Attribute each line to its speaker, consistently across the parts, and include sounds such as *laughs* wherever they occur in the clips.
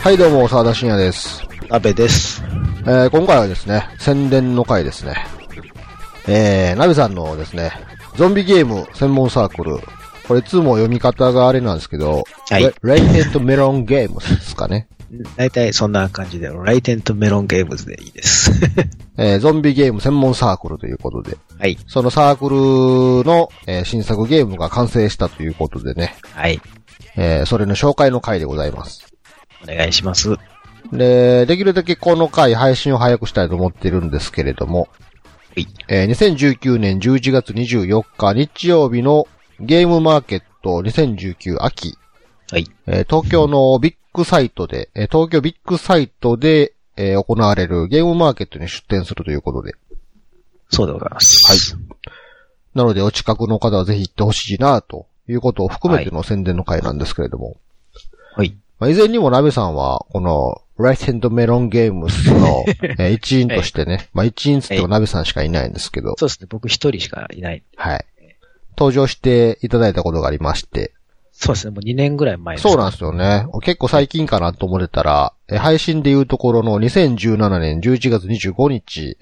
Speaker 1: はい、どうも、沢田信也です。
Speaker 2: 安倍です。
Speaker 1: えー、今回はですね、宣伝の回ですね。えー、ナベさんのですね、ゾンビゲーム専門サークル。これ、いつも読み方があれなんですけど、
Speaker 2: はい
Speaker 1: レレイテントメロンゲームですかね。
Speaker 2: 大体そんな感じで、ライテンとメロンゲームズでいいです。 *laughs*
Speaker 1: えー、ゾンビゲーム専門サークルということで、
Speaker 2: はい。
Speaker 1: そのサークルの、えー新作ゲームが完成したということでね、
Speaker 2: はい。
Speaker 1: えー、それの紹介の回でございます。
Speaker 2: お願いします。
Speaker 1: で、できるだけこの回配信を早くしたいと思ってるんですけれども、
Speaker 2: い
Speaker 1: えー2019年11月24日日曜日のゲームマーケット2019秋、
Speaker 2: はい。
Speaker 1: えー東京のビッグサイトで、えー東京ビッグサイトで、えー行われるゲームマーケットに出店するということで、
Speaker 2: そうでございます。
Speaker 1: なのでお近くの方はぜひ行ってほしいなということを含めての宣伝の回なんですけれども、
Speaker 2: はい。はい。
Speaker 1: まあ、以前にもナベさんは、この、ライセントメロンゲームズの *laughs* えー一員としてね、まあ一員っつってもナベさんしかいないんですけど、
Speaker 2: そうですね。僕一人しかいない。
Speaker 1: はい。登場していただいたことがありまして、
Speaker 2: そうですね。もう2年ぐらい前です。
Speaker 1: そうなんですよね。結構最近かなと思ってたら、えー配信でいうところの2017年11月25日、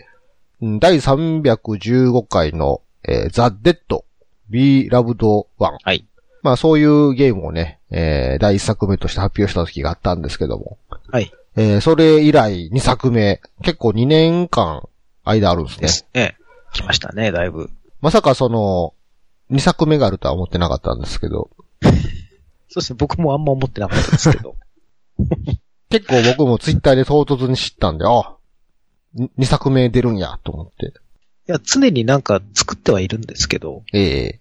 Speaker 1: うん第315回の、えー、ザ・デッド、We Loved One。
Speaker 2: はい。
Speaker 1: まあそういうゲームをね、えー第1作目として発表した時があったんですけども、
Speaker 2: はい。
Speaker 1: えーそれ以来2作目、結構2年間間あるんです
Speaker 2: で
Speaker 1: ね。
Speaker 2: すね。来ましたね、だいぶ。
Speaker 1: まさかその、2作目があるとは思ってなかったんですけど、
Speaker 2: そうですね。僕もあんま思ってなかったですけど。 *laughs*
Speaker 1: 結構僕もツイッターで唐突に知ったんで、あ、2作目出るんや、と思って。
Speaker 2: いや、常になんか作ってはいるんですけど、
Speaker 1: ええ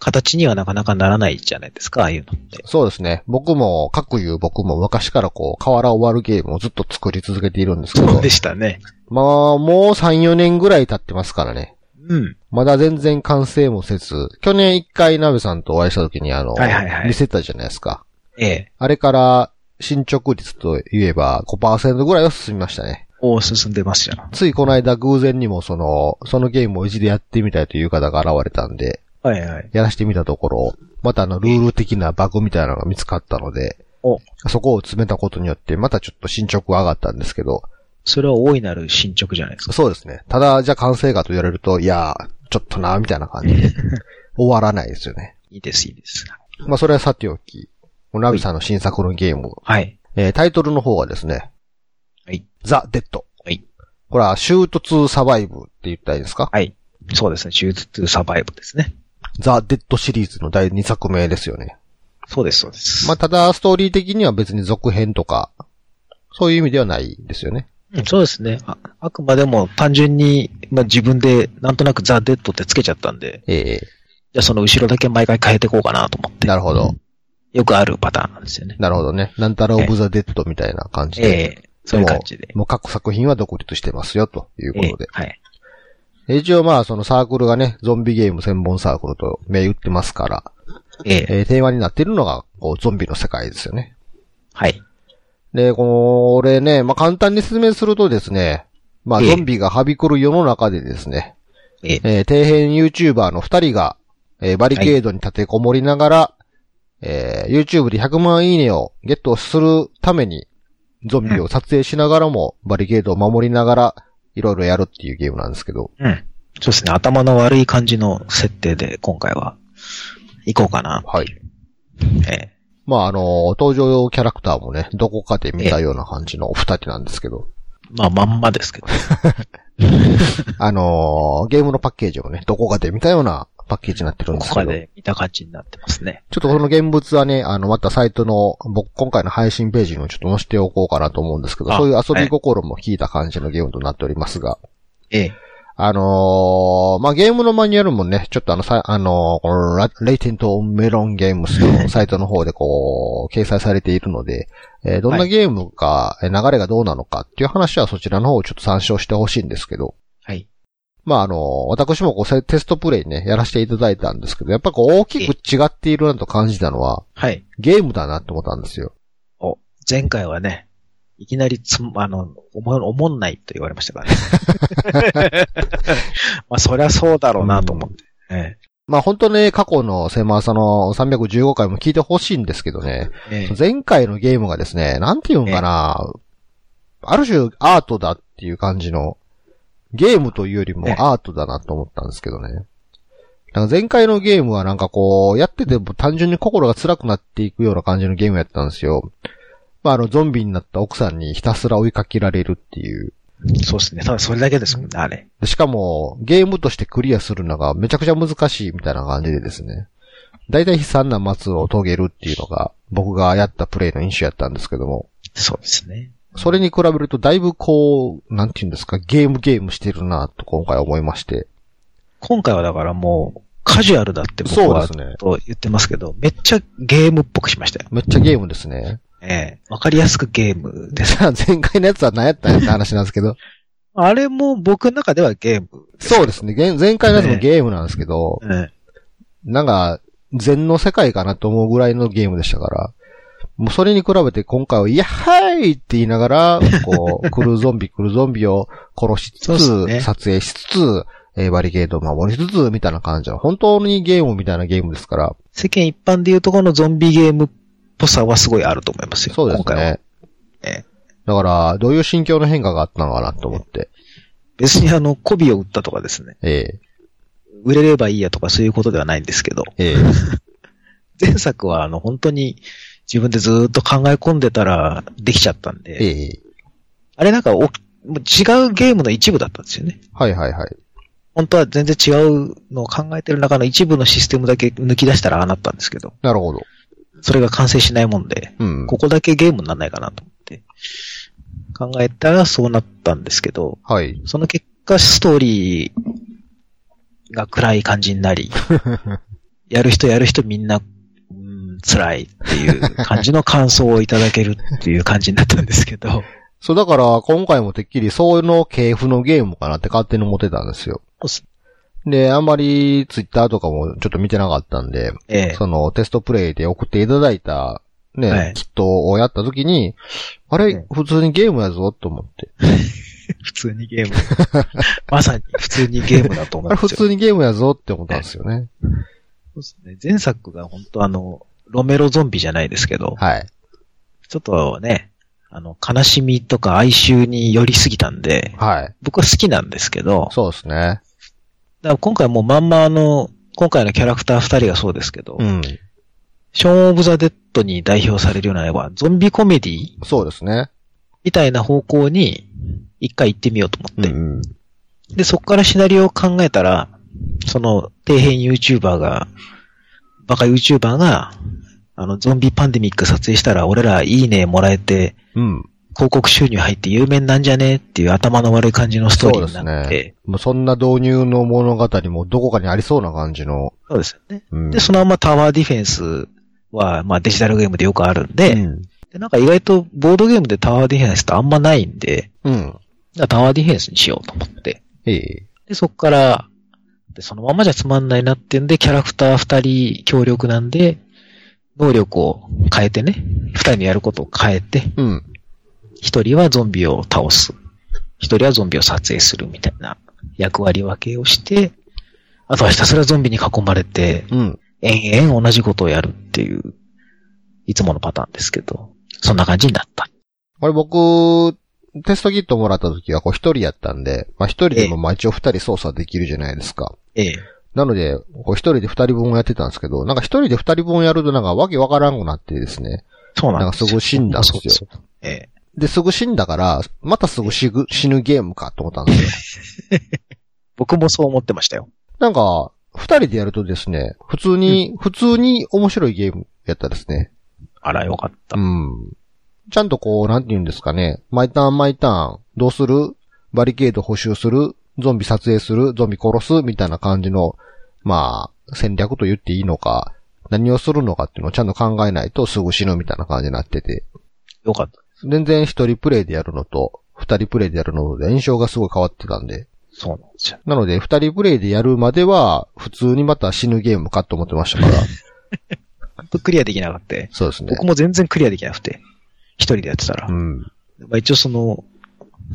Speaker 2: 形にはなかなかならないじゃないですか、ああいうのって。
Speaker 1: そうですね。僕も、各言う僕も昔からこう、河原を割るゲームをずっと作り続けているんですけ
Speaker 2: そ
Speaker 1: ど
Speaker 2: うで、したね。
Speaker 1: まあ、もう3、4年ぐらい経ってますからね。
Speaker 2: うん。
Speaker 1: まだ全然完成もせず、去年一回鍋さんとお会いした時にあの、
Speaker 2: はいはいはい
Speaker 1: 見せたじゃないですか。
Speaker 2: ええ。
Speaker 1: あれから、進捗率といえば5%ぐらいは進みましたね。
Speaker 2: お進んでますじゃん。
Speaker 1: ついこの間偶然にもその、そのゲームを一でやってみたいという方が現れたんで、
Speaker 2: はいはい。
Speaker 1: やらしてみたところ、またあのルール的なバグみたいなのが見つかったので、
Speaker 2: お、
Speaker 1: そこを詰めたことによってまたちょっと進捗が上がったんですけど、
Speaker 2: それは大いなる進捗じゃないですか。
Speaker 1: そうですね。ただ、じゃあ完成かと言われると、いやー、ちょっとなーみたいな感じ
Speaker 2: *laughs*
Speaker 1: で、終わらないですよね。
Speaker 2: いいです、いいです。
Speaker 1: まあそれはさておき、ナビさんの新作のゲーム、
Speaker 2: はい。
Speaker 1: えータイトルの方はですね、
Speaker 2: はい。
Speaker 1: ザ・デッド。
Speaker 2: はい。
Speaker 1: これは、シュート2サバイブって言ったらいいんですか
Speaker 2: はい。そうですね。シュート2サバイブですね。
Speaker 1: ザ・デッドシリーズの第2作目ですよね。
Speaker 2: そうです、そうです。
Speaker 1: まあ、ただ、ストーリー的には別に続編とか、そういう意味ではないですよね。
Speaker 2: うんそうですね。ああくまでも単純に、まあ、自分でなんとなくザ・デッドってつけちゃったんで、
Speaker 1: ええ
Speaker 2: じゃあその後ろだけ毎回変えていこうかなと思って。
Speaker 1: なるほど。
Speaker 2: よくあるパターンなんですよね。
Speaker 1: なるほどね。なんたらオブ・ザ・デッドみたいな感じ
Speaker 2: え
Speaker 1: で。
Speaker 2: えそういう感じで
Speaker 1: も。うもう各作品は独立してますよ、というこ
Speaker 2: ええ
Speaker 1: とで。
Speaker 2: はい。
Speaker 1: 一応まあ、そのサークルがね、ゾンビゲーム専門サークルと銘打ってますから、
Speaker 2: ええ
Speaker 1: えーテーマになっているのが、こう、ゾンビの世界ですよね。
Speaker 2: はい。
Speaker 1: で、これね、まあ、簡単に説明するとですね、まあ、
Speaker 2: ええ
Speaker 1: ゾンビがはびこる世の中でですね、
Speaker 2: ええ
Speaker 1: えー底辺 YouTuber の二人が、えーバリケードに立てこもりながら、えー YouTube で100万いいねをゲットするために、ゾンビを撮影しながらも、バリケードを守りながら、いろいろやるっていうゲームなんですけど、
Speaker 2: うん。そうですね。頭の悪い感じの設定で、今回は、行こうかな。
Speaker 1: はい。
Speaker 2: ええ
Speaker 1: まあ、あのー登場キャラクターもね、どこかで見たような感じのお二人なんですけど、
Speaker 2: まあ、まんまですけど。
Speaker 1: あのーゲームのパッケージもね、どこかで見たようなパッケージになってるん
Speaker 2: こ
Speaker 1: です
Speaker 2: こ
Speaker 1: け
Speaker 2: ま
Speaker 1: ど、
Speaker 2: で見た感じになってますね。
Speaker 1: ちょっとこの現物はね、あの、またサイトの、僕、今回の配信ページにもちょっと載せておこうかなと思うんですけど、
Speaker 2: あ
Speaker 1: そういう遊び心も聞いた感じのゲームとなっておりますが、
Speaker 2: ええ。
Speaker 1: あのーまあ、ゲームのマニュアルもね、ちょっとあの、さ、あのーこのラ、レイテントメロンゲームスのサイトの方でこう、掲載されているので、えーどんなゲームか、えー流れがどうなのかっていう話はそちらの方をちょっと参照してほしいんですけど、
Speaker 2: はい。
Speaker 1: まあ、あの、私もこうせ、テストプレイね、やらせていただいたんですけど、やっぱこう、大きく違っているなと感じたのは、
Speaker 2: はい。
Speaker 1: ゲームだなって思ったんですよ。
Speaker 2: お、前回はね、いきなりつん、あの、おも、おもんないと言 *laughs* われましたからね。まあ、そりゃそうだろうなと思って。ええ
Speaker 1: まあ本当ね、過去の狭さの315回も聞いてほしいんですけどね、
Speaker 2: ええ
Speaker 1: 前回のゲームがですね、なんていうんかな、ある種アートだっていう感じの、ゲームというよりも
Speaker 2: ええ
Speaker 1: アートだなと思ったんですけどね。なんか前回のゲームはなんかこう、やってても単純に心が辛くなっていくような感じのゲームやったんですよ。まああの、ゾンビになった奥さんにひたすら追いかけられるっていう。
Speaker 2: そうですね。ただそれだけですもんね、あれ。
Speaker 1: でしかも、ゲームとしてクリアするのがめちゃくちゃ難しいみたいな感じでですね。だいたい悲惨な末を遂げるっていうのが、僕がやったプレイの印象やったんですけども、
Speaker 2: そうですね。
Speaker 1: それに比べるとだいぶこう、なんていうんですか、ゲームゲームしてるなと今回思いまして。
Speaker 2: 今回はだからもう、カジュアルだって僕
Speaker 1: そうで
Speaker 2: は
Speaker 1: すね。
Speaker 2: と言ってますけど、めっちゃゲームっぽくしましたよ。
Speaker 1: めっちゃゲームですね。 *laughs*
Speaker 2: ええ。わかりやすくゲームで。
Speaker 1: ですさ、前回のやつは何やったんやって話なんですけど。
Speaker 2: あれも僕の中ではゲーム。
Speaker 1: そうですね。げん前回のやつもゲームなんですけど、
Speaker 2: ええ。
Speaker 1: なんか、禅の世界かなと思うぐらいのゲームでしたから、もうそれに比べて今回は、いやはいって言いながら、こ *laughs* う、来るゾンビ来るゾンビを殺しつ
Speaker 2: そうっ
Speaker 1: つ、
Speaker 2: すね
Speaker 1: 撮影しつつ、えーバリケードを守りつつ、みたいな感じの、本当にゲームみたいなゲームですから、
Speaker 2: 世間一般でいうとこのゾンビゲームっぽさはすごいあると思いますよ。
Speaker 1: そうです
Speaker 2: 今回は。
Speaker 1: ね。
Speaker 2: ええ
Speaker 1: だから、どういう心境の変化があったのかなと思って、
Speaker 2: 別にあの、媚びを売ったとかですね。
Speaker 1: え
Speaker 2: 売れればいいやとかそういうことではないんですけど、
Speaker 1: えええ
Speaker 2: 前作はあの、本当に自分でずーっと考え込んでたらできちゃったんで、
Speaker 1: ええ
Speaker 2: あれなんかおもう違うゲームの一部だったんですよね。
Speaker 1: はいはいはい。
Speaker 2: 本当は全然違うのを考えてる中の一部のシステムだけ抜き出したらああなったんですけど、
Speaker 1: なるほど。
Speaker 2: それが完成しないもんで、
Speaker 1: うん。
Speaker 2: ここだけゲームにならないかなと思って、考えたらそうなったんですけど、
Speaker 1: はい。
Speaker 2: その結果、ストーリーが暗い感じに
Speaker 1: *laughs*
Speaker 2: なり、やる人やる人みんな、うん、辛いっていう感じの感想をいただけるっていう感じになったんですけ
Speaker 1: *laughs*
Speaker 2: ど、
Speaker 1: そう、だから、今回もてっきり、そういうの系譜のゲームかなって勝手に思ってたんですよ。で、あんまり、ツイッターとかもちょっと見てなかったんで、
Speaker 2: ええ、
Speaker 1: その、テストプレイで送っていただいた、ね、
Speaker 2: はい
Speaker 1: キットをやった時に、あ
Speaker 2: え
Speaker 1: れ
Speaker 2: え、
Speaker 1: 普通にゲームやぞ、と思って。
Speaker 2: 普通にゲーム。 *laughs* まさに普通にゲームだと思
Speaker 1: あ
Speaker 2: う
Speaker 1: れ、
Speaker 2: んで
Speaker 1: *laughs* 普
Speaker 2: す
Speaker 1: 通
Speaker 2: よ。
Speaker 1: にゲームやぞって思ったんですよね。
Speaker 2: そうですね前作が本当あの、ロメロゾンビじゃないですけど、
Speaker 1: はい。
Speaker 2: ちょっとね、あの、悲しみとか哀愁に寄りすぎたんで、
Speaker 1: はい。
Speaker 2: 僕は好きなんですけど、
Speaker 1: そうですね。
Speaker 2: だから今回もうまんまあの、今回のキャラクター二人がそうですけど、
Speaker 1: うん。
Speaker 2: ショーン・オブ・ザ・デッドに代表されるような絵は、ゾンビコメディ
Speaker 1: そうですね。
Speaker 2: みたいな方向に一回行ってみようと思
Speaker 1: う
Speaker 2: って。
Speaker 1: ん。
Speaker 2: で、そこからシナリオを考えたら、その底辺 YouTuber が、バカ YouTuber が、あの、ゾンビパンデミック撮影したら俺らいいねもらえて、
Speaker 1: うん。
Speaker 2: 広告収入入って有名なんじゃねっていう頭の悪い感じのストーリーになっ
Speaker 1: そうです
Speaker 2: て。
Speaker 1: もうそんな導入の物語もどこかにありそうな感じの。
Speaker 2: そうですよね。
Speaker 1: うん。
Speaker 2: で、そのままタワーディフェンスは、まあデジタルゲームでよくあるんで、
Speaker 1: うん。
Speaker 2: でなんか意外とボードゲームでタワーディフェンスってあんまないんで、
Speaker 1: うん。
Speaker 2: じゃあタワーディフェンスにしようと思って。
Speaker 1: ええ。
Speaker 2: で、そこから、でそのままじゃつまんないなってんで、キャラクター二人強力なんで、能力を変えてね、二人のやることを変えて、
Speaker 1: うん。
Speaker 2: 一人はゾンビを倒す。一人はゾンビを撮影するみたいな役割分けをして、あとはひたすらゾンビに囲まれて、
Speaker 1: うん。
Speaker 2: 延々同じことをやるっていう、いつものパターンですけど、そんな感じになった。
Speaker 1: これ僕、テストキットもらった時はこう一人やったんで、まあ一人でもまあ一応二人操作できるじゃないですか。
Speaker 2: ええ。
Speaker 1: なので、こう一人で二人分やってたんですけど、なんか一人で二人分やるとなんかわけわからんくなってですね。
Speaker 2: そう
Speaker 1: な
Speaker 2: なんん
Speaker 1: か
Speaker 2: ですよ。
Speaker 1: すごい死んだんですよ
Speaker 2: そうそうええ。
Speaker 1: で、すぐ死んだから、またすぐ死ぐ死ぬゲームかと思ったんですよ。
Speaker 2: 僕もそう思ってましたよ。
Speaker 1: なんか、二人でやるとですね、普通に、普通に面白いゲームやったですね。
Speaker 2: あら、よかった。
Speaker 1: うん。ちゃんとこう、なんて言うんですかね。毎ターン毎ターン、どうするバリケード補修するゾンビ撮影するゾンビ殺すみたいな感じの、まあ、戦略と言っていいのか、何をするのかっていうのをちゃんと考えないとすぐ死ぬみたいな感じになってて。
Speaker 2: よかった。
Speaker 1: 全然一人プレイでやるのと、二人プレイでやるので印象がすごい変わってたんで。
Speaker 2: そうなんですよ。
Speaker 1: なので、二人プレイでやるまでは、普通にまた死ぬゲームかと思ってま
Speaker 2: *laughs*
Speaker 1: したから。
Speaker 2: ほんとクリアできなかった。
Speaker 1: そうですね。
Speaker 2: 僕も全然クリアできなくて。一人でやってたら。
Speaker 1: うん。
Speaker 2: まあ一応その、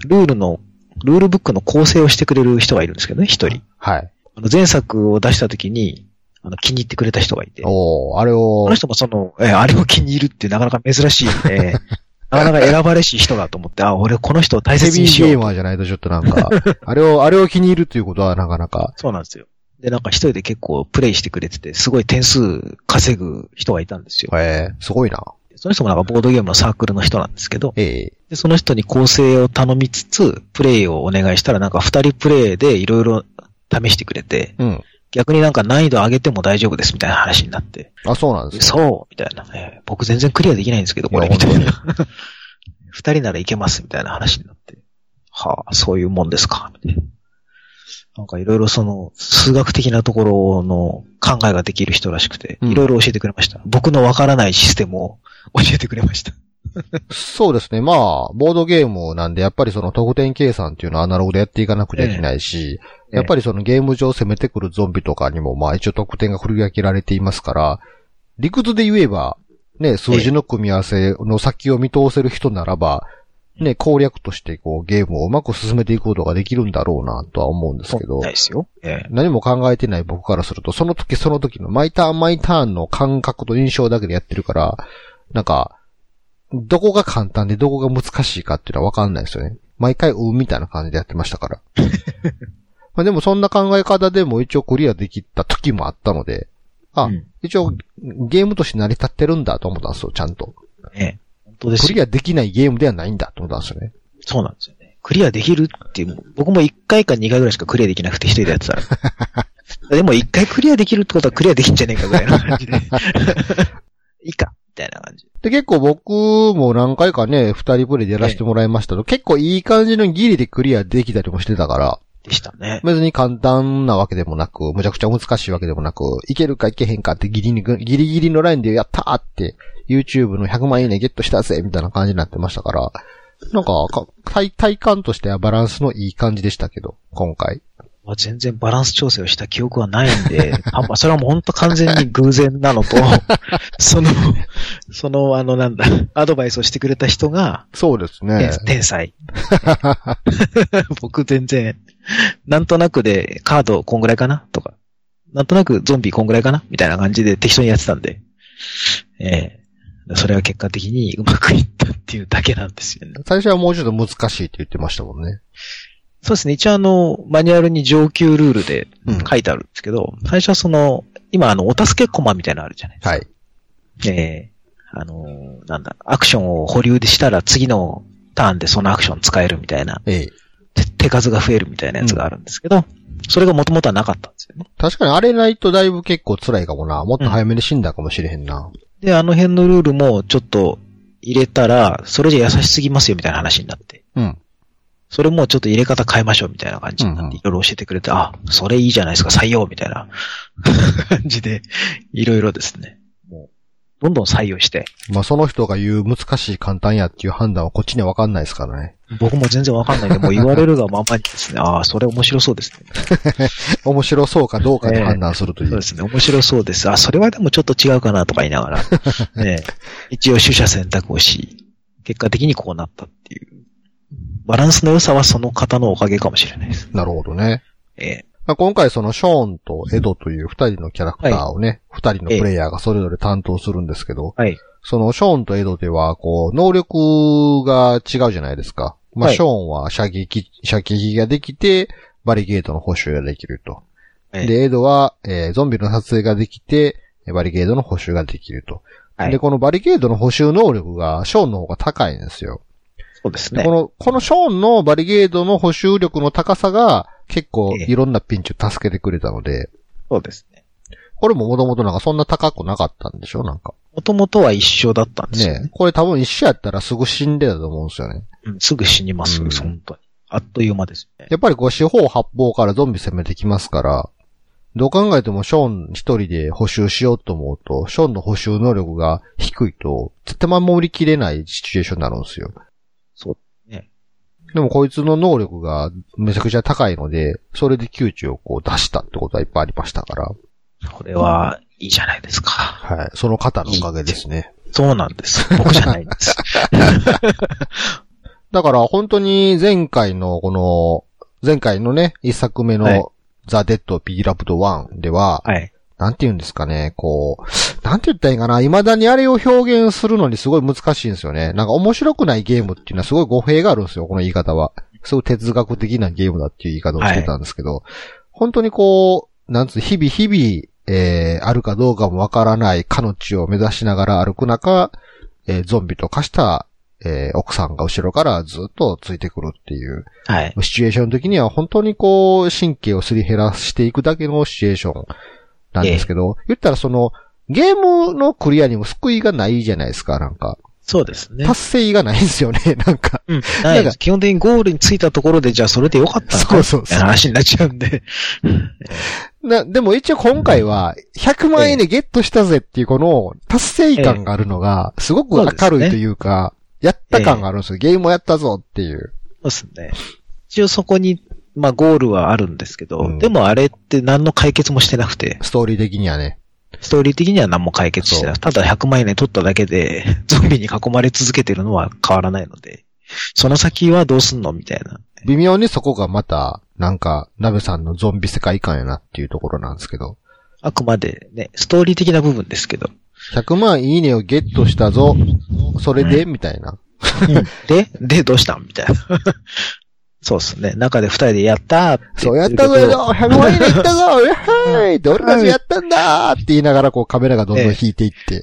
Speaker 2: ルールの、ルールブックの構成をしてくれる人がいるんですけどね、一人。
Speaker 1: はい。
Speaker 2: あの前作を出した時に、あの、気に入ってくれた人がいて。こ
Speaker 1: おーあれを
Speaker 2: の、人もその、えーあれを気に入るってなかなか珍しい、 *laughs* えーなかなか選ばれしい人だと思って、あ、俺この人を大
Speaker 1: ヘ
Speaker 2: 切
Speaker 1: ビ
Speaker 2: に
Speaker 1: ー
Speaker 2: し
Speaker 1: ゲ
Speaker 2: よ
Speaker 1: ー
Speaker 2: う。
Speaker 1: マーじゃないとちょっとなん
Speaker 2: *laughs*
Speaker 1: か、あれを、あれを気に入るっていうことはなかなか、
Speaker 2: そうなんですよ。で、なんか一人で結構プレイしてくれてて、すごい点数稼ぐ人がいたんですよ。
Speaker 1: えー、すごいな。
Speaker 2: その人もなんかボードゲームのサークルの人なんですけど、
Speaker 1: ええ
Speaker 2: で、その人に構成を頼みつつ、プレイをお願いしたら、なんか二人プレイでいろいろ試してくれて、
Speaker 1: うん。
Speaker 2: 逆になんか難易度上げても大丈夫ですみたいな話になって、
Speaker 1: あ、そうなんですね
Speaker 2: そうみたいな、えー僕全然クリアできないんですけど、これ、
Speaker 1: いや
Speaker 2: みたい
Speaker 1: 本
Speaker 2: な。 *laughs* 二人ならいけますみたいな話になって、はあ、そういうもんですか、みたいな。なんかいろいろその、数学的なところの考えができる人らしくて、
Speaker 1: うん
Speaker 2: いろいろ教えてくれました。僕のわからないシステムを *laughs* 教えてくれました。
Speaker 1: そうですね。まあ、ボードゲームなんで、やっぱりその得点計算っていうのはアナログでやっていかなくちゃいけないし、
Speaker 2: ええ
Speaker 1: やっぱりそのゲーム上攻めてくるゾンビとかにも、まあ一応得点が振り分けられていますから、理屈で言えば、ね、数字の組み合わせの先を見通せる人ならば、ね、攻略としてこうゲームをうまく進めていくことができるんだろうなとは思うんですけ
Speaker 2: そう
Speaker 1: ど
Speaker 2: みたい、ですよ。ええ
Speaker 1: 何も考えてない僕からすると、その時その時の毎ターン毎ターンの感覚と印象だけでやってるから、なんか、どこが簡単でどこが難しいかっていうのは分かんないですよね。毎回、うんみたいな感じでやってましたから。まあでもそんな考え方でも一応クリアできた時もあったので、あ
Speaker 2: うん
Speaker 1: 一応ゲームとして成り立ってるんだと思ったんですよ、ちゃんと。
Speaker 2: ええ本当です
Speaker 1: ク
Speaker 2: よ。
Speaker 1: リアできないゲームではないんだと思ったんですよね。
Speaker 2: そうなんですよね。クリアできるっていう、僕も1回か2回ぐらいしかクリアできなくて一人でやってたら。
Speaker 1: *laughs*
Speaker 2: でも1回クリアできるってことはクリアできんじゃねえかぐらいの感
Speaker 1: *laughs*
Speaker 2: じで。いいか、みたいな感じ。
Speaker 1: で、結構僕も何回かね、二人プレイでやらせてもらいましたけど、結構いい感じのギリでクリアできたりもしてたから、
Speaker 2: でしたね。
Speaker 1: 別に簡単なわけでもなく、むちゃくちゃ難しいわけでもなく、いけるかいけへんかってギリにギリギリのラインでやったーって、YouTube の100万いいねゲットしたぜみたいな感じになってましたから、なんかか体、体感としてはバランスのいい感じでしたけど、今回。
Speaker 2: まあ全然バランス調整をした記憶はないんで、 *laughs* あんまそれはもう本当完全に偶然
Speaker 1: *laughs*
Speaker 2: なのと、その、その、あの、なんだ、アドバイスをしてくれた人が、
Speaker 1: そうですね
Speaker 2: 天。天才。 *laughs* 僕全然、なんとなくでカードこんぐらいかなとか、なんとなくゾンビこんぐらいかなみたいな感じで適当にやってたんで、ええそれは結果的にうまくいったっていうだけなんですよね。
Speaker 1: 最初はもうちょっと難しいって言ってましたもんね。
Speaker 2: そうですね。一応あの、マニュアルに上級ルールで
Speaker 1: うん
Speaker 2: 書いてあるんですけど、最初はその、今あの、お助けコマみたいなのあるじゃないですか。
Speaker 1: はい。
Speaker 2: えーあのーなんだ、アクションを保留でしたら次のターンでそのアクション使えるみたいな、
Speaker 1: ええ。
Speaker 2: て手数が増えるみたいなやつがあるんですけど、それがもともとはなかったんですよね。
Speaker 1: 確かにあれないとだいぶ結構辛いかもな。もっと早めに死んだかもしれへんな。
Speaker 2: で、あの辺のルールもちょっと入れたら、それじゃ優しすぎますよみたいな話になって。
Speaker 1: うん。
Speaker 2: それもちょっと入れ方変えましょうみたいな感じに
Speaker 1: う
Speaker 2: なんっ
Speaker 1: うん
Speaker 2: て、いろいろ教えてくれて、あ、それいいじゃないですか、採用みたいな *laughs* 感じで、いろいろですね。もう、どんどん採用して、
Speaker 1: まあその人が言う難しい簡単やっていう判断はこっちにはわかんないですからね。 *laughs*
Speaker 2: 僕も全然わかんないんで、もう言われるがままにですね、ああ、それ面白そうですね。
Speaker 1: 面白そうかどうかで判断するとい
Speaker 2: そう
Speaker 1: う
Speaker 2: で。すね、面白そうです。あ、それはでもちょっと違うかなとか言いな *laughs* がら、ね、一応取捨選択をし、結果的にこうなったっていう。バランスの良さはその方のおかげかもしれないです。
Speaker 1: なるほどね。
Speaker 2: ええ
Speaker 1: まあ、今回そのショーンとエドという二人のキャラクターをね、二、人のプレイヤーがそれぞれ担当するんですけど、
Speaker 2: はい。
Speaker 1: そのショーンとエドでは、こう、能力が違うじゃないですか。まあ、
Speaker 2: はい
Speaker 1: ショーンは射撃、射撃ができて、バリゲートの補修ができると。
Speaker 2: ええ
Speaker 1: で、エドは、えーゾンビの撮影ができて、バリゲードの補修ができると。
Speaker 2: はい
Speaker 1: で、このバリゲードの補修能力が、ショーンの方が高いんですよ。
Speaker 2: そうです
Speaker 1: で
Speaker 2: ね
Speaker 1: こ。の、このショーンのバリゲードの補修力の高さが、結構
Speaker 2: ええ
Speaker 1: いろんなピンチを助けてくれたので、
Speaker 2: そうですね。
Speaker 1: これももともとなんかそんな高くなかったんでしょなんか。
Speaker 2: もともとは一緒だったんですよね。
Speaker 1: ねえこれ多分一緒やったらすぐ死んでたと思うんですよね。
Speaker 2: うん、すぐ死にます、
Speaker 1: うん
Speaker 2: 本当に。あっという間ですよね。
Speaker 1: やっぱりこう四方八方からゾンビ攻めてきますから、どう考えてもショーン一人で補修しようと思うと、ショーンの補修能力が低いと、絶対守りきれないシチュエーションになるんですよ。
Speaker 2: そう。
Speaker 1: でもこいつの能力がめちゃくちゃ高いので、それで窮地をこう出したってことはいっぱいありましたから。
Speaker 2: これは、いいじゃないですか。
Speaker 1: はい。その方のおかげですね。
Speaker 2: そうなんです。僕じゃないん *laughs* です。
Speaker 1: だから本当に前回のこの、前回のね、一作目
Speaker 2: はい
Speaker 1: のザ・デッド・ビーラブド1では、
Speaker 2: はい。
Speaker 1: なんて言うんですかね、こう、なんて言ったらいいんかな、未だにあれを表現するのにすごい難しいんですよね。なんか面白くないゲームっていうのはすごい語弊があるんですよ、この言い方は。すごい哲学的なゲームだっていう言い方をしてたんですけど、本当にこう、なんつう、日々日々、えー、あるかどうかもわからない彼地を目指しながら歩く中、えーゾンビと化した、えー奥さんが後ろからずっとついてくるっていう。
Speaker 2: はい。
Speaker 1: シチュエーション的には本当にこう、神経をすり減らしていくだけのシチュエーションなんですけど、言ったらその、ゲームのクリアにも救いがないじゃないですか、なんか。
Speaker 2: そうですね。
Speaker 1: 達成がないんですよね、 *laughs* なんか。
Speaker 2: うん。ない
Speaker 1: な
Speaker 2: で
Speaker 1: んか
Speaker 2: す。基本的にゴールに着いたところで、じゃあそれでよかったのか
Speaker 1: そうそう
Speaker 2: みた
Speaker 1: そ
Speaker 2: いうな話になっちゃうんで。
Speaker 1: な、でも一応今回は、100万円でゲットしたぜっていうこの、達成感があるのが、すごく
Speaker 2: そうですね
Speaker 1: 明るいというか、やった感があるんですよ。ゲームをやったぞっていう。
Speaker 2: そうですね。一応そこに、まあゴールはあるんですけど、
Speaker 1: うん
Speaker 2: でもあれって何の解決もしてなくて、
Speaker 1: ストーリー的にはね。
Speaker 2: ストーリー的には何も解決してなくて、ただ100万円取っただけで、 *laughs* ゾンビに囲まれ続けてるのは変わらないので、その先はどうすんのみたいな。
Speaker 1: 微妙にそこがまた、なんか、ナベさんのゾンビ世界観やなっていうところなんですけど。
Speaker 2: あくまでね、ストーリー的な部分ですけど。
Speaker 1: 100万いいねをゲットしたぞ。それでみたいな。
Speaker 2: で、で、どうしたんみたいな。 *laughs* そうですね。中で二人でやったーって
Speaker 1: そうやったぞ
Speaker 2: 言
Speaker 1: よ
Speaker 2: うけど
Speaker 1: !100 万いいねいったぞやっはーいって俺たちやったんだーって言いながらこうカメラがどんどん引いていって。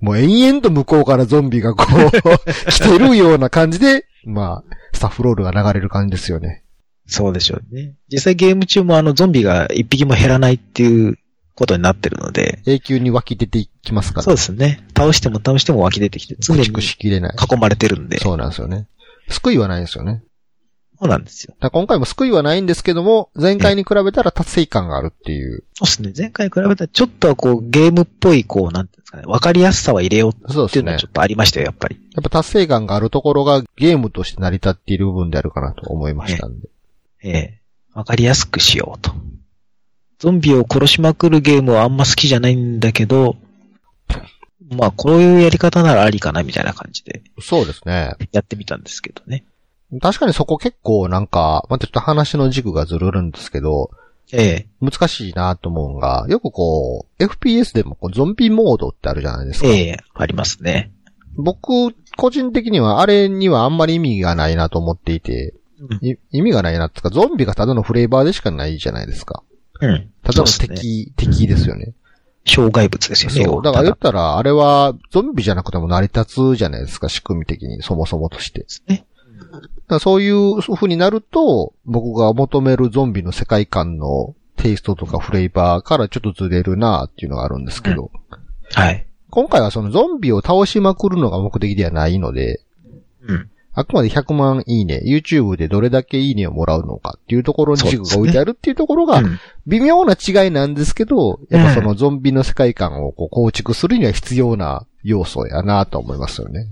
Speaker 1: もう延々と向こうからゾンビがこう、 *laughs* 来てるような感じで、まあ、スタッフロールが流れる感じですよね。
Speaker 2: そうでしょうね。実際ゲーム中もあのゾンビが一匹も減らないっていうことになってるので、
Speaker 1: 永久に湧き出ていきますか
Speaker 2: そう
Speaker 1: ら。
Speaker 2: ですね。倒しても倒しても湧き出てきて、常に
Speaker 1: 駆逐
Speaker 2: 囲
Speaker 1: しきれない。
Speaker 2: まれてるんで。そ
Speaker 1: そうなんですよね。救いはないんですよね。
Speaker 2: うなんですよ。
Speaker 1: だから今回も救いはないんですけども、前回に比べたら達成感があるっていう。
Speaker 2: そうですね。前回に比べたらちょっとはこうゲームっぽい、こう、なんていうんですかね、わかりやすさは入れようっ
Speaker 1: そうで
Speaker 2: て
Speaker 1: す
Speaker 2: いうのは
Speaker 1: ね
Speaker 2: ちょ。っとありましたよ、やっぱり。
Speaker 1: やっぱ達成感があるところがゲームとして成り立っている部分であるかなと思いましたんで。
Speaker 2: ええ。わかりやすくしようと。ゾンビを殺しまくるゲームはあんま好きじゃないんだけど、まあ、こういうやり方ならありかな、みたいな感じで
Speaker 1: そうですね。
Speaker 2: やってみたんですけどね。
Speaker 1: 確かにそこ結構なんか、またちょっと話の軸がずるるんですけど、
Speaker 2: ええ。
Speaker 1: 難しいなと思うのが、よくこう、FPS でもこうゾンビモードってあるじゃないですか。
Speaker 2: ええ、ありますね。
Speaker 1: 僕、個人的にはあれにはあんまり意味がないなと思っていて、
Speaker 2: うん
Speaker 1: い意味がないなっていうか、ゾンビがただのフレーバーでしかないじゃないですか。
Speaker 2: うん。
Speaker 1: ただの
Speaker 2: そうですね
Speaker 1: 敵、敵ですよね。
Speaker 2: 障害物ですよね。
Speaker 1: そう。だから言ったら、あれはゾンビじゃなくても成り立つじゃないですか、仕組み的に、そもそもとして。
Speaker 2: ですね。
Speaker 1: だからそういう風になると、僕が求めるゾンビの世界観のテイストとかフレーバーからちょっとずれるなっていうのがあるんですけど、
Speaker 2: はい。
Speaker 1: 今回はそのゾンビを倒しまくるのが目的ではないので、
Speaker 2: うん。
Speaker 1: あくまで100万いいね、YouTube でどれだけいいねをもらうのかっていうところに軸が置いてあるっていうところが、
Speaker 2: うん
Speaker 1: 微妙な違いなんですけど、やっぱそのゾンビの世界観をこう構築するには必要な要素やなと思いますよね。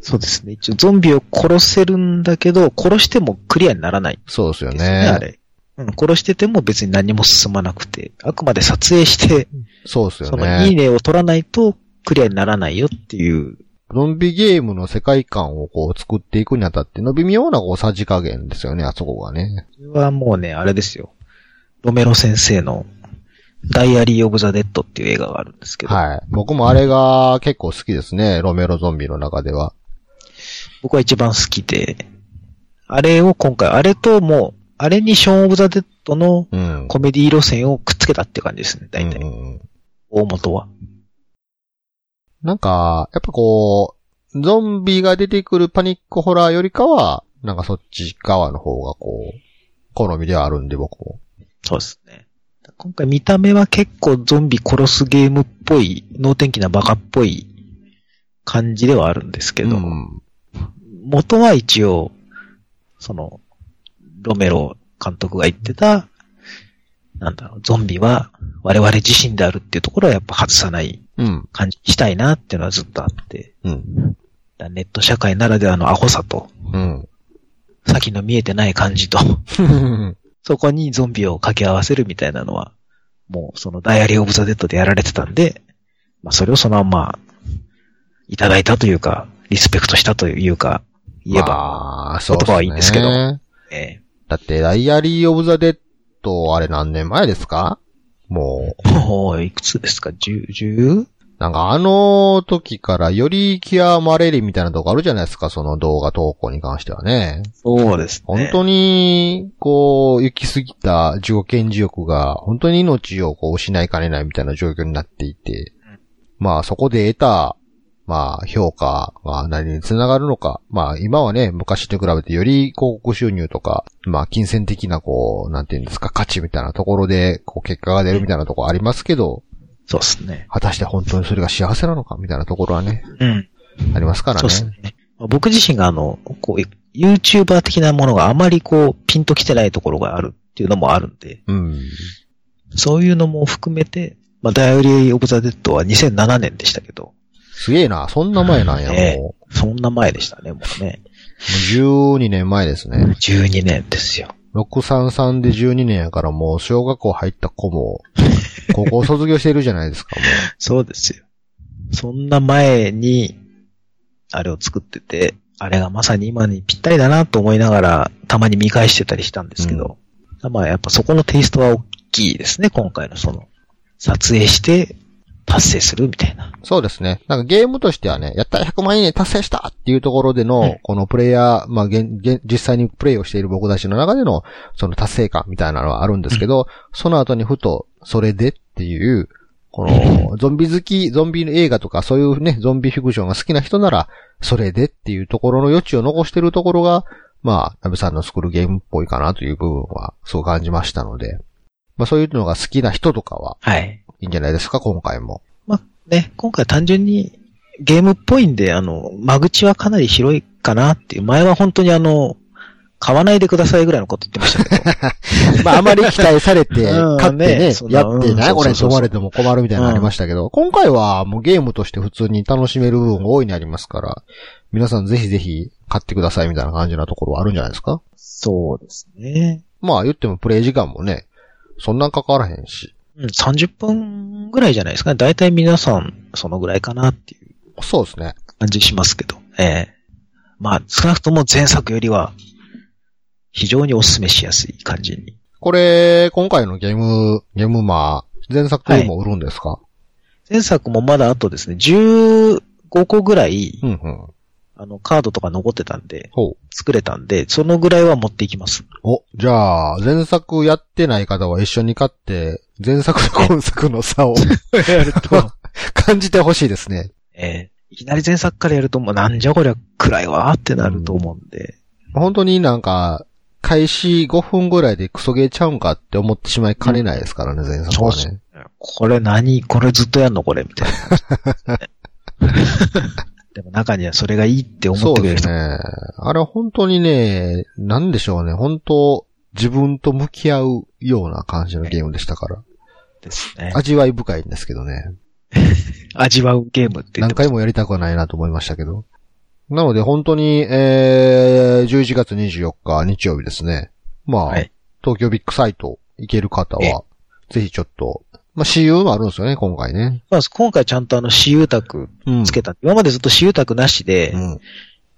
Speaker 2: そうですね。一応ゾンビを殺せるんだけど、殺してもクリアにならない
Speaker 1: そうですよ
Speaker 2: ですね、
Speaker 1: ね。
Speaker 2: あれ。うん、殺してても別に何も進まなくて、あくまで撮影して、
Speaker 1: そうですよ
Speaker 2: そのいい
Speaker 1: ね。
Speaker 2: ねを取らないとクリアにならないよっていう、
Speaker 1: ゾンビゲームの世界観をこう作っていくにあたっての微妙なこうさじ加減ですよね、あそこがね。
Speaker 2: これはもうね、あれですよ。ロメロ先生のダイアリー・オブ・ザ・デッドっていう映画があるんですけど、
Speaker 1: はい。僕もあれが結構好きですね、ロメロゾンビの中では。
Speaker 2: 僕は一番好きで、あれを今回、あれともう、あれにショーン・オブ・ザ・デッドの
Speaker 1: うん。
Speaker 2: コメディ路線をくっつけたって感じですね、大体。
Speaker 1: うんうん
Speaker 2: 大元は。
Speaker 1: なんか、やっぱこう、ゾンビが出てくるパニックホラーよりかは、なんかそっち側の方がこう、好みではあるんで僕も。
Speaker 2: そうですね。今回見た目は結構ゾンビ殺すゲームっぽい、能天気なバカっぽい感じではあるんですけど、
Speaker 1: うん
Speaker 2: 元は一応、その、ロメロ監督が言ってた、なんだろう、ゾンビは我々自身であるっていうところはやっぱ外さない
Speaker 1: うん。
Speaker 2: 感じしたいなっていうのはずっとあって、
Speaker 1: うん。
Speaker 2: だからネット社会ならではのアホさと、
Speaker 1: うん。
Speaker 2: 先の見えてない感じと、 *laughs* そこにゾンビを掛け合わせるみたいなのは、もうそのダイアリー・オブ・ザ・デッドでやられてたんで、まあそれをそのまんま、いただいたというか、リスペクトしたというか、言えば、
Speaker 1: まあ、そう
Speaker 2: 言葉はいいんですけど
Speaker 1: ね
Speaker 2: ええ
Speaker 1: だって、ダイアリー・オブ・ザ・デッド、あれ何年前ですかも
Speaker 2: もう、いくつですか ?10、10?
Speaker 1: う、なんかあの時からより極まれりみたいなとこあるじゃないですか、その動画投稿に関してはね。
Speaker 2: そうですね。
Speaker 1: 本当に、こう、行き過ぎた自己顕示欲が、本当に命をこう失いかねないみたいな状況になっていて、まあそこで得た、まあ評価が何につながるのか、まあ今はね、昔と比べてより広告収入とか、まあ金銭的なこう、なんていうんですか、価値みたいなところで、こう結果が出るみたいなところありますけど、
Speaker 2: そうですね。
Speaker 1: 果たして本当にそれが幸せなのかみたいなところはね、
Speaker 2: うん。
Speaker 1: ありますから
Speaker 2: そう
Speaker 1: ね
Speaker 2: で。すね。まあ僕自身があの、こう、YouTuber 的なものがあまりこう、ピンときてないところがあるっていうのもあるんで、
Speaker 1: うん。
Speaker 2: そういうのも含めて、まあ、ダイオリー・オブ・ザ・デッドは2007年でしたけど、
Speaker 1: すげえな、そんな前なんや、
Speaker 2: ね
Speaker 1: も
Speaker 2: そんな前でしたね、もうね。
Speaker 1: う。もう12年前ですね。
Speaker 2: 12年ですよ。
Speaker 1: 633で12年やからもう小学校入った子も、高校卒業しているじゃないですか、も
Speaker 2: そうですよ。そんな前に、あれを作ってて、あれがまさに今にぴったりだなと思いながら、たまに見返してたりしたんですけど、まあやっぱそこのテイストは大きいですね、今回のその、撮影して、達成するみたいな。
Speaker 1: う。そうですね。なんかゲームとしてはね、やったら100万円達成したっていうところでの、
Speaker 2: うん
Speaker 1: このプレイヤー、まあ、現現実際にプレイをしている僕たちの中での、その達成感みたいなのはあるんですけど、その後にふと、それでっていう、この、ゾンビ好き、ゾンビ映画とか、そういうね、ゾンビフィクションが好きな人なら、それでっていうところの余地を残してるところが、まあ、ナベさんの作るゲームっぽいかなという部分は、そう感じましたので、まあそういうのが好きな人とかは、
Speaker 2: はい。
Speaker 1: いいんじゃないですか、今回も。
Speaker 2: まあね、今回単純にゲームっぽいんで、あの、間口はかなり広いかなっていう。前は本当にあの、買わないでくださいぐらいのこと言ってましたけど。
Speaker 1: まああまり期待されて、
Speaker 2: *laughs* うん
Speaker 1: 買って
Speaker 2: ね
Speaker 1: ね
Speaker 2: そ、んな
Speaker 1: やってな
Speaker 2: う
Speaker 1: い
Speaker 2: ん
Speaker 1: これ
Speaker 2: そ
Speaker 1: と
Speaker 2: うそうそう
Speaker 1: 思われても困るみたいなのありましたけど、今回はもうゲームとして普通に楽しめる部分が多いにありますから、皆さんぜひぜひ買ってくださいみたいな感じなところはあるんじゃないですか
Speaker 2: そうですね。
Speaker 1: まあ言ってもプレイ時間もね、そんなんかからへんし。
Speaker 2: うん、30分ぐらいじゃないですかね。大体皆さん、そのぐらいかなっていう
Speaker 1: そうですね。
Speaker 2: 感じしますけど。ええまあ、少なくとも前作よりは、非常にお勧めしやすい感じに。
Speaker 1: これ、今回のゲーム、ゲームまあ、前作も売るんですか、
Speaker 2: 前作もまだあとですね、15個ぐらい、
Speaker 1: うんうん。
Speaker 2: あの、カードとか残ってたんで、
Speaker 1: ほう。
Speaker 2: 作れたんで、そのぐらいは持っていきます。
Speaker 1: お、じゃあ、前作やってない方は一緒に買って、前作と今作の差を
Speaker 2: *laughs*
Speaker 1: *laughs*
Speaker 2: やると。
Speaker 1: 感じてほしいですね。
Speaker 2: *laughs* えーいきなり前作からやると、もうなんじゃこりゃ暗いわーってなると思うんで。
Speaker 1: 本当になんか、開始5分ぐらいでクソゲーちゃうんかって思ってしまいかねないですからね、前作は
Speaker 2: そう
Speaker 1: ね。
Speaker 2: これ何これずっとやんのこれみたいな感
Speaker 1: *laughs*
Speaker 2: じですね。でも中にはそれがいいって思
Speaker 1: そ
Speaker 2: って
Speaker 1: う
Speaker 2: くれ
Speaker 1: で
Speaker 2: る
Speaker 1: す
Speaker 2: 人
Speaker 1: ね
Speaker 2: も。
Speaker 1: あれは本当にね、なんでしょうね、本当、自分と向き合うような感じのゲームでしたから。
Speaker 2: ですね。
Speaker 1: 味わい深いんですけどね。
Speaker 2: 味わうゲームって言っ
Speaker 1: 何
Speaker 2: てま
Speaker 1: 回
Speaker 2: す。
Speaker 1: もやりたくはないなと思いましたけど。なので本当に、えー、11月24日日曜日ですね。まあ、
Speaker 2: はい
Speaker 1: 東京ビッグサイト行ける方
Speaker 2: え
Speaker 1: は、ぜひちょっと、まあ、私有もあるんですよね、今回ね。
Speaker 2: まあ、今回ちゃんとあの、私有宅
Speaker 1: うん
Speaker 2: つけた。今までずっと私有宅なしで
Speaker 1: う、ん。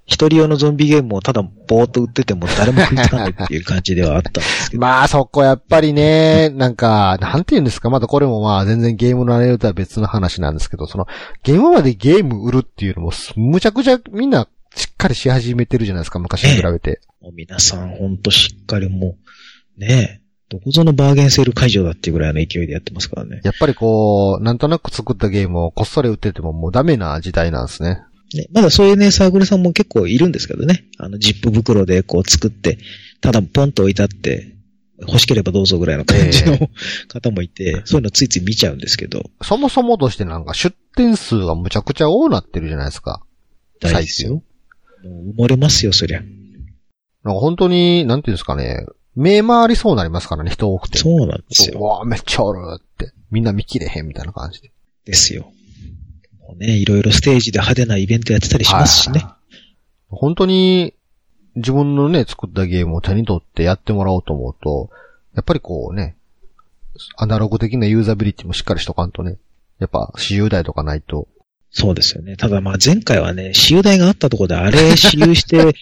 Speaker 2: 一人用のゾンビゲームをただぼーっと売ってても誰も食いつかないっていう感じではあったんですけど。
Speaker 1: まあそこやっぱりね、なんか、なんて言うんですか、まだこれもまあ全然ゲームのあれとは別の話なんですけど、その、ゲームまでゲーム売るっていうのも、むちゃくちゃみんなしっかりし始めてるじゃないですか、昔に比べて。
Speaker 2: もう皆さんほんとしっかりもう、ねえ、どこぞのバーゲンセール会場だっていうぐらいの勢いでやってますからね。
Speaker 1: やっぱりこう、なんとなく作ったゲームをこっそり売っててももうダメな時代なんですね。
Speaker 2: ね、まだそういうね、サークルさんも結構いるんですけどね。あの、ジップ袋でこう作って、ただポンと置いてあって、欲しければどうぞぐらいの感じの、
Speaker 1: え
Speaker 2: 方もいて、そういうのついつい見ちゃうんですけど。
Speaker 1: そもそもとしてなんか出店数がむちゃくちゃ多なってるじゃないですか。
Speaker 2: 大事ですよ。もう埋もれますよ、そりゃ。
Speaker 1: なんか本当に、なんていうんですかね、目回りそうになりますからね、人多くて。
Speaker 2: そうなんです
Speaker 1: う
Speaker 2: よ。
Speaker 1: わあめっちゃおるって。みんな見切れへんみたいな感じで。
Speaker 2: ですよ。もうね、いろいろステージで派手なイベントやってたりしますしね。
Speaker 1: 本当に、自分のね、作ったゲームを手に取ってやってもらおうと思うと、やっぱりこうね、アナログ的なユーザビリティもしっかりしとかんとね、やっぱ、私有台とかないと。
Speaker 2: そうですよね。ただまあ前回はね、私有台があったところであれ私有して、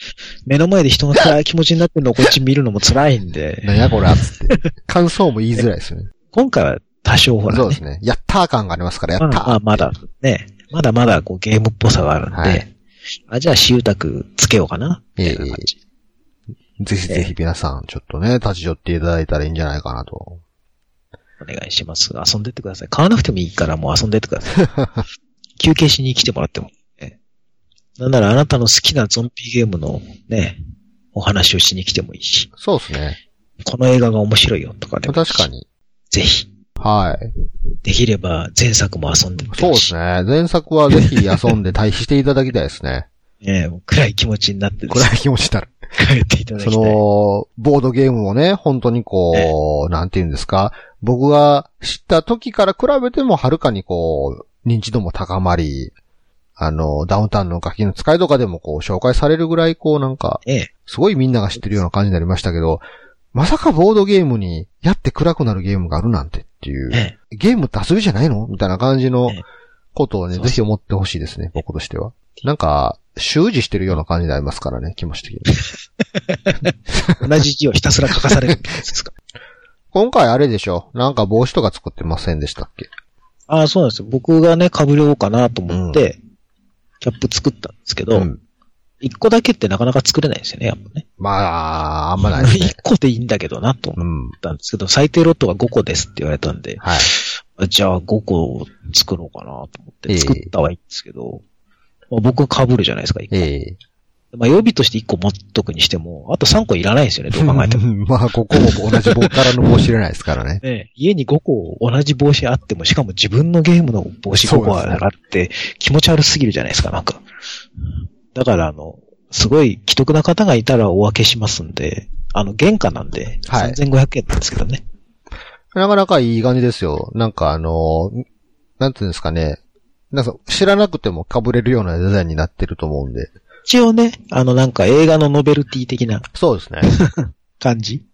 Speaker 2: 目の前で人が辛い気持ち
Speaker 1: *laughs*
Speaker 2: になってるのをこっち見るのも辛いんで。 *laughs*
Speaker 1: なんやこれっつって。感想も言いづらいですよね。
Speaker 2: 今回は多少ほら、ね。
Speaker 1: そうですね。やったー感がありますから、やったー
Speaker 2: まあまあ、まだね、まだまだこうゲームっぽさがあるんで、
Speaker 1: はい
Speaker 2: あじゃあ、私有宅つけようかな。み
Speaker 1: ええ
Speaker 2: たいな感じ。
Speaker 1: ぜひぜひ皆さん、ちょっとね、立ち寄っていただいたらいいんじゃないかなと。
Speaker 2: お願いします。遊んでってください。買わなくてもいいからもう遊んでってください。 *laughs* 休憩しに来てもらっても。ねなんならあなたの好きなゾンビゲームのね、お話をしに来てもいいし、
Speaker 1: そうですね。
Speaker 2: この映画が面白いよとかでもいいし
Speaker 1: 確か。に。
Speaker 2: ぜひ、
Speaker 1: はい。
Speaker 2: できれば前作も遊んでって
Speaker 1: そう
Speaker 2: ほ
Speaker 1: で
Speaker 2: しい
Speaker 1: すね。前作はぜひ遊んで対比していただきたいです
Speaker 2: *laughs*
Speaker 1: ね。
Speaker 2: ねえ暗い気持ちになってです
Speaker 1: 暗
Speaker 2: ね
Speaker 1: い気持ちになる。
Speaker 2: 帰っていただき
Speaker 1: そ
Speaker 2: たい。
Speaker 1: の、ボードゲームをね、本当にこう、なんて言うんですか。僕が知った時から比べてもはるかにこう、認知度も高まり、あの、ダウンタウンのガキの使いとかでもこう、紹介されるぐらいこう、なんか、
Speaker 2: ええ、
Speaker 1: すごいみんなが知ってるような感じになりましたけど、まさかボードゲームにやって暗くなるゲームがあるなんてっていう
Speaker 2: え、え、
Speaker 1: ゲームって遊びじゃないのみたいな感じの
Speaker 2: ええ
Speaker 1: ことをね、
Speaker 2: そうそう
Speaker 1: ぜひ思ってほしいですね、僕としては。なんか、習字してるような感じになりますからね、気持ち的に。
Speaker 2: 同じ字をひたすら書かされるんですか。
Speaker 1: 今回あれでしょなんか帽子とか作ってませんでしたっけ
Speaker 2: ああ、そうなんですよ。僕がね、被ろうかなと思って、キャップ作ったんですけど、
Speaker 1: ん。
Speaker 2: 一個だけってなかなか作れないですよね、やっぱね。
Speaker 1: まあ、あんまないですね *laughs*
Speaker 2: *laughs* 一。個でいいんだけどなと思
Speaker 1: う
Speaker 2: っ
Speaker 1: ん。
Speaker 2: たんですけど、最低ロットが5個ですって言われたんで、
Speaker 1: はい。
Speaker 2: じゃあ5個を作ろうかなと思っ
Speaker 1: え
Speaker 2: て
Speaker 1: え
Speaker 2: 作ったはいいんですけど、まあ、僕は被るじゃないですか、一個
Speaker 1: ええ。
Speaker 2: まあ予備として1個持っとくにしても、あと3個いらないんですよね、どう考えても。
Speaker 1: まあ、ここも同じ僕からの帽子入れないですからね。
Speaker 2: ね、家に5個同じ帽子あっても、しかも自分のゲームの帽子5個あるって気持ち悪すぎるじゃないですか、なんか。だから、あの、すごい既得な方がいたらお分けしますんで、あの、原価なんで、
Speaker 1: はい
Speaker 2: 3500円なんですけどね。
Speaker 1: なかなかいい感じですよ。なんかあの、なんていうんですかね。なんか知らなくても被れるようなデザインになってると思うんで。
Speaker 2: 一応ね、あの、なんか映画のノベルティ的な
Speaker 1: そうですね。
Speaker 2: 感じ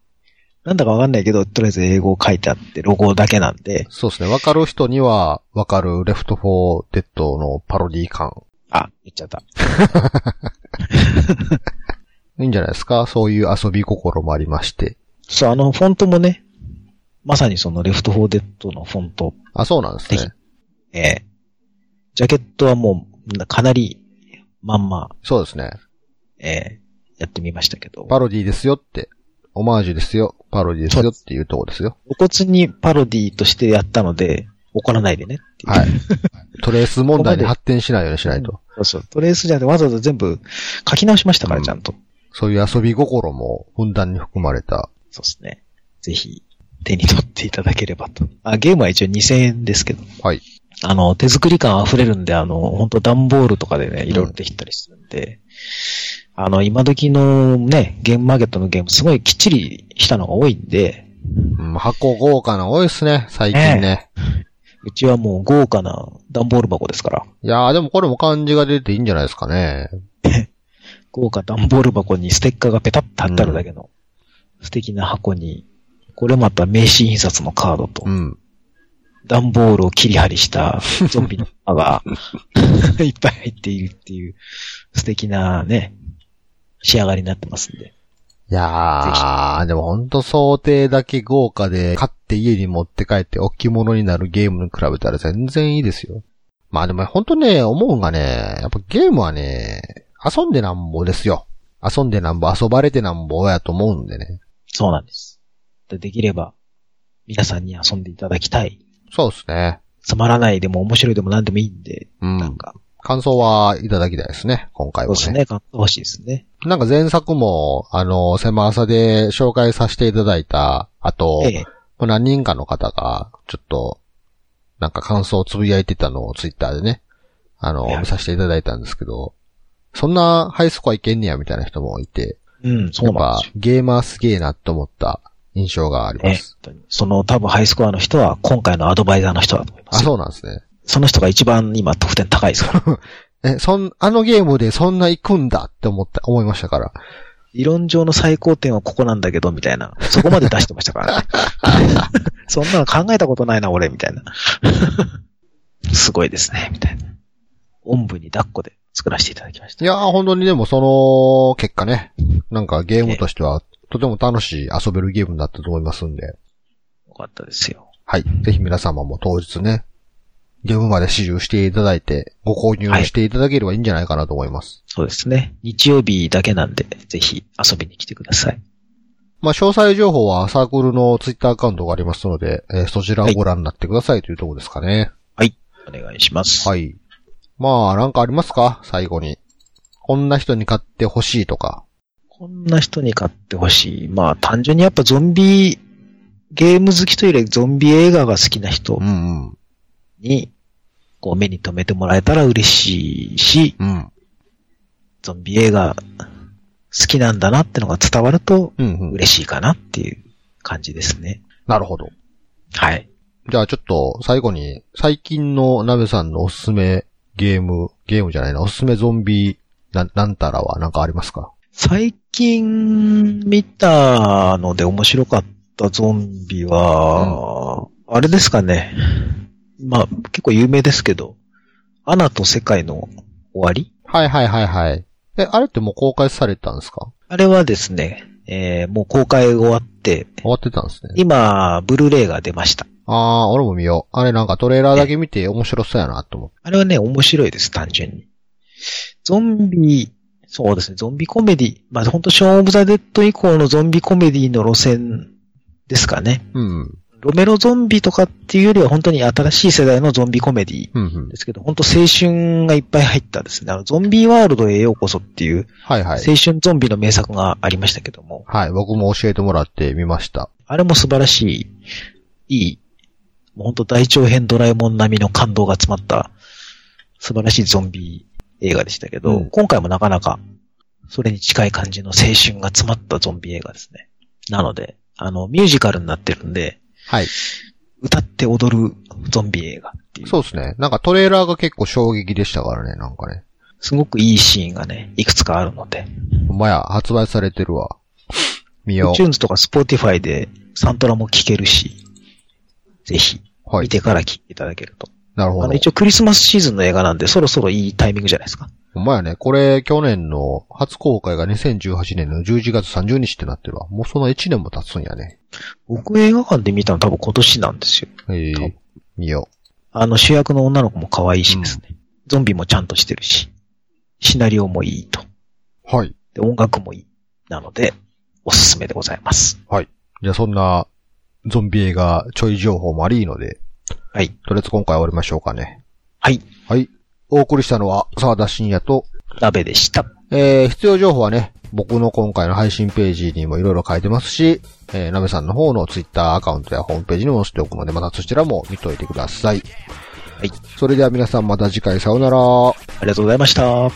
Speaker 2: なんだかわかんないけど、とりあえず英語書いてあって、ロゴだけなんで、
Speaker 1: そうですね。わかる人にはわかるレフトフォーデッドのパロディ感。
Speaker 2: あ、言っちゃった。
Speaker 1: いいんじゃないですかそういう遊び心もありまして。
Speaker 2: そう、あの、フォントもね、まさにそのレフトフォーデッドのフォント
Speaker 1: あ、そうなんです
Speaker 2: ぜ
Speaker 1: ね。
Speaker 2: ええ。ジャケットはもう、かなり、まんま、
Speaker 1: そうですね。
Speaker 2: ええ、やってみましたけど。
Speaker 1: パロディですよって。オマージュですよ。パロディですよっていうとこですよ。
Speaker 2: 露骨にパロディとしてやったので、怒らないでねっていう。
Speaker 1: *laughs* はい。トレース問題に発展しないようにしないと。
Speaker 2: そうそう。トレースじゃなくてわざわざ全部書き直しましたか
Speaker 1: う
Speaker 2: ら、
Speaker 1: ん
Speaker 2: ちゃんと。
Speaker 1: そういう遊び心もふんだんに含まれた。
Speaker 2: そうですね。ぜひ、手に取っていただければと。あ、ゲームは一応2000円ですけど。
Speaker 1: はい。
Speaker 2: あの、手作り感溢れるんで、あの、本当段ボールとかでね、いろいろできたりするんで、あの、今時のね、ゲームマーケットのゲーム、すごいきっちりしたのが多いんで、
Speaker 1: うん、箱豪華な多いですね、最近ね。
Speaker 2: うちはもう豪華な段ボール箱ですから、
Speaker 1: いやーでもこれも漢字が出ていいんじゃないですかね。
Speaker 2: 豪華段ボール箱にステッカーがペタッと貼ってあるだけの、素敵な箱に、これまた名刺印刷のカードと
Speaker 1: う、ん。
Speaker 2: 段ボールを切り張り
Speaker 1: *laughs*
Speaker 2: したゾンビの歯がいっぱい入っているっていう、素敵なね、仕上がりになってますんで。
Speaker 1: いやー、でもほんと想定だけ豪華で、買って家に持って帰って置物になるゲームに比べたら全然いいですよ。まあでもほんとね、思うんがね、やっぱゲームはね、遊んでなんぼですよ。遊んでなんぼ、遊ばれてなんぼやと思うんでね。
Speaker 2: そうなんです。でできれば、皆さんに遊んでいただきたい。
Speaker 1: そうですね。
Speaker 2: つまらないでも面白いでも何でもいいんで、
Speaker 1: う
Speaker 2: なん
Speaker 1: ん。
Speaker 2: か、
Speaker 1: 感想はいただきたいですね、今回
Speaker 2: そう
Speaker 1: は
Speaker 2: です
Speaker 1: ね。
Speaker 2: ね、頑張ってほしいですね。
Speaker 1: なんか前作も、あの、狭朝で紹介させていただいた、あと、
Speaker 2: ええ、
Speaker 1: 何人かの方が、ちょっと、なんか感想をつぶやいてたのをツイッターでね、あの
Speaker 2: は、い
Speaker 1: 見させていただいたんですけど、そんなハイスコアいけんねやみたいな人もいて、
Speaker 2: うん、そ
Speaker 1: や
Speaker 2: う
Speaker 1: っ
Speaker 2: なん
Speaker 1: ぱ
Speaker 2: ですよ。
Speaker 1: ゲーマーすげえなと思った印象があり
Speaker 2: え
Speaker 1: ま
Speaker 2: え
Speaker 1: す。
Speaker 2: 本当にその多分ハイスコアの人は今回のアドバイザーの人だと思いま
Speaker 1: あ、
Speaker 2: す。
Speaker 1: そうなんですね。
Speaker 2: その人が一番今得点高いで
Speaker 1: *laughs*
Speaker 2: すから。
Speaker 1: え、そん、あのゲームでそんな行くんだって思った、思いましたから。
Speaker 2: 理論上の最高点はここなんだけど、みたいな。そこまで出してました
Speaker 1: *laughs*
Speaker 2: からね。そんなの考えたことないな、俺、みたいな。すごいですね、みたいな。おんぶに抱っこで作らせていただきました
Speaker 1: い。やー、本当にでもその結果ね、なんかゲームとしてはとても楽しい遊べるゲームだったと思いますんで、
Speaker 2: よかったですよ。
Speaker 1: はい。ぜひ皆様も当日ね、ゲームまで試乗していただいて、ご購入していただければいいんじゃないかなと思います。
Speaker 2: そうですね。日曜日だけなんで、ぜひ遊びに来てください。
Speaker 1: まあ、詳細情報はサークルのツイッターアカウントがありますので、えーそちらをご覧になってくださいというところですかね。
Speaker 2: お願いします。
Speaker 1: はい。まあ、なんかありますか最後に。こんな人に買ってほしいとか。
Speaker 2: こんな人に買ってほしい。まあ、単純にやっぱゾンビ、ゲーム好きというよりゾンビ映画が好きな人
Speaker 1: うんうん。
Speaker 2: に、こう目に留めてもらえたら嬉しいし、
Speaker 1: うん。
Speaker 2: ゾンビ映画好きなんだなってのが伝わると
Speaker 1: うんうん。
Speaker 2: 嬉しいかなっていう感じですね。
Speaker 1: なるほど。
Speaker 2: はい。
Speaker 1: じゃあちょっと最後に最近の鍋さんのおすすめゲーム、ゲームじゃないな、おすすめゾンビなんなんたらはなんかありますか
Speaker 2: 最近見たので面白かったゾンビは、あれですかね。まあ、結構有名ですけど、アナと世界の終わり
Speaker 1: はいはいはいはい。え、あれってもう公開されたんですか
Speaker 2: あれはですね、えーもう公開終わって、
Speaker 1: 終わってたんですね。
Speaker 2: 今、ブルーレイが出ました。
Speaker 1: あー、俺も見よう。あれなんかトレーラーだけ見て面白そうやなと思って。
Speaker 2: あれはね、面白いです、単純に。ゾンビ、そうですね、ゾンビコメディ。まあ、ほんと、ショーン・オブ・ザ・デッド以降のゾンビコメディの路線ですかね。
Speaker 1: うん。うん
Speaker 2: ロメロゾンビとかっていうよりは本当に新しい世代のゾンビコメディ
Speaker 1: うん。
Speaker 2: ですけど、本当青春がいっぱい入ったですね。あの、ゾンビワールドへようこそっていう
Speaker 1: はいは
Speaker 2: 青
Speaker 1: い。
Speaker 2: 春ゾンビの名作がありましたけども、
Speaker 1: はい、僕も教えてもらってみました。
Speaker 2: あれも素晴らしい、いい、もう本当大長編ドラえもん並みの感動が詰まった素晴らしいゾンビ映画でしたけ
Speaker 1: う
Speaker 2: ど、
Speaker 1: ん
Speaker 2: 今回もなかなかそれに近い感じの青春が詰まったゾンビ映画ですね。なので、あの、ミュージカルになってるんで、
Speaker 1: はい。
Speaker 2: 歌って踊るゾンビ映画っていう。
Speaker 1: そうですね。なんかトレーラーが結構衝撃でしたからね、なんかね。
Speaker 2: すごくいいシーンがね、いくつかあるので。
Speaker 1: ほんまや、発売されてるわ。見よ
Speaker 2: tunes とか Spotify でサントラも聴けるし、ぜひ、
Speaker 1: う。は
Speaker 2: 見
Speaker 1: い。
Speaker 2: てから聴いていただけると。
Speaker 1: なるほ
Speaker 2: あ
Speaker 1: ど
Speaker 2: の、。一応クリスマスシーズンの映画なんで、そろそろいいタイミングじゃないですか。
Speaker 1: ほんまやね、これ、去年の初公開が2018年の11月30日ってなってるわ。もうその1年も経つんやね。
Speaker 2: 僕映画館で見たの多分今年なんですよ。
Speaker 1: え
Speaker 2: 多
Speaker 1: ー
Speaker 2: 分、
Speaker 1: 見よ
Speaker 2: あの、主役の女の子も可愛いしですね。ゾンビもちゃんとしてるし、シナリオもいいと。
Speaker 1: う。はい。
Speaker 2: で、音楽もいい。なので、おすすめでございます。
Speaker 1: じゃあそんな、ゾンビ映画ちょい情報もありので、
Speaker 2: はい。
Speaker 1: とりあえず今回終わりましょうかね。
Speaker 2: はい。
Speaker 1: はい。お送りしたのは、沢田信也と、
Speaker 2: 鍋でした。
Speaker 1: えー、必要情報はね、僕の今回の配信ページにもいろいろ書いてますし、えー、なべさんの方のツイッターアカウントやホームページにも載せておくので、またそちらも見といてください。
Speaker 2: はい。
Speaker 1: それでは皆さんまた次回さようなら。
Speaker 2: ありがとうございました。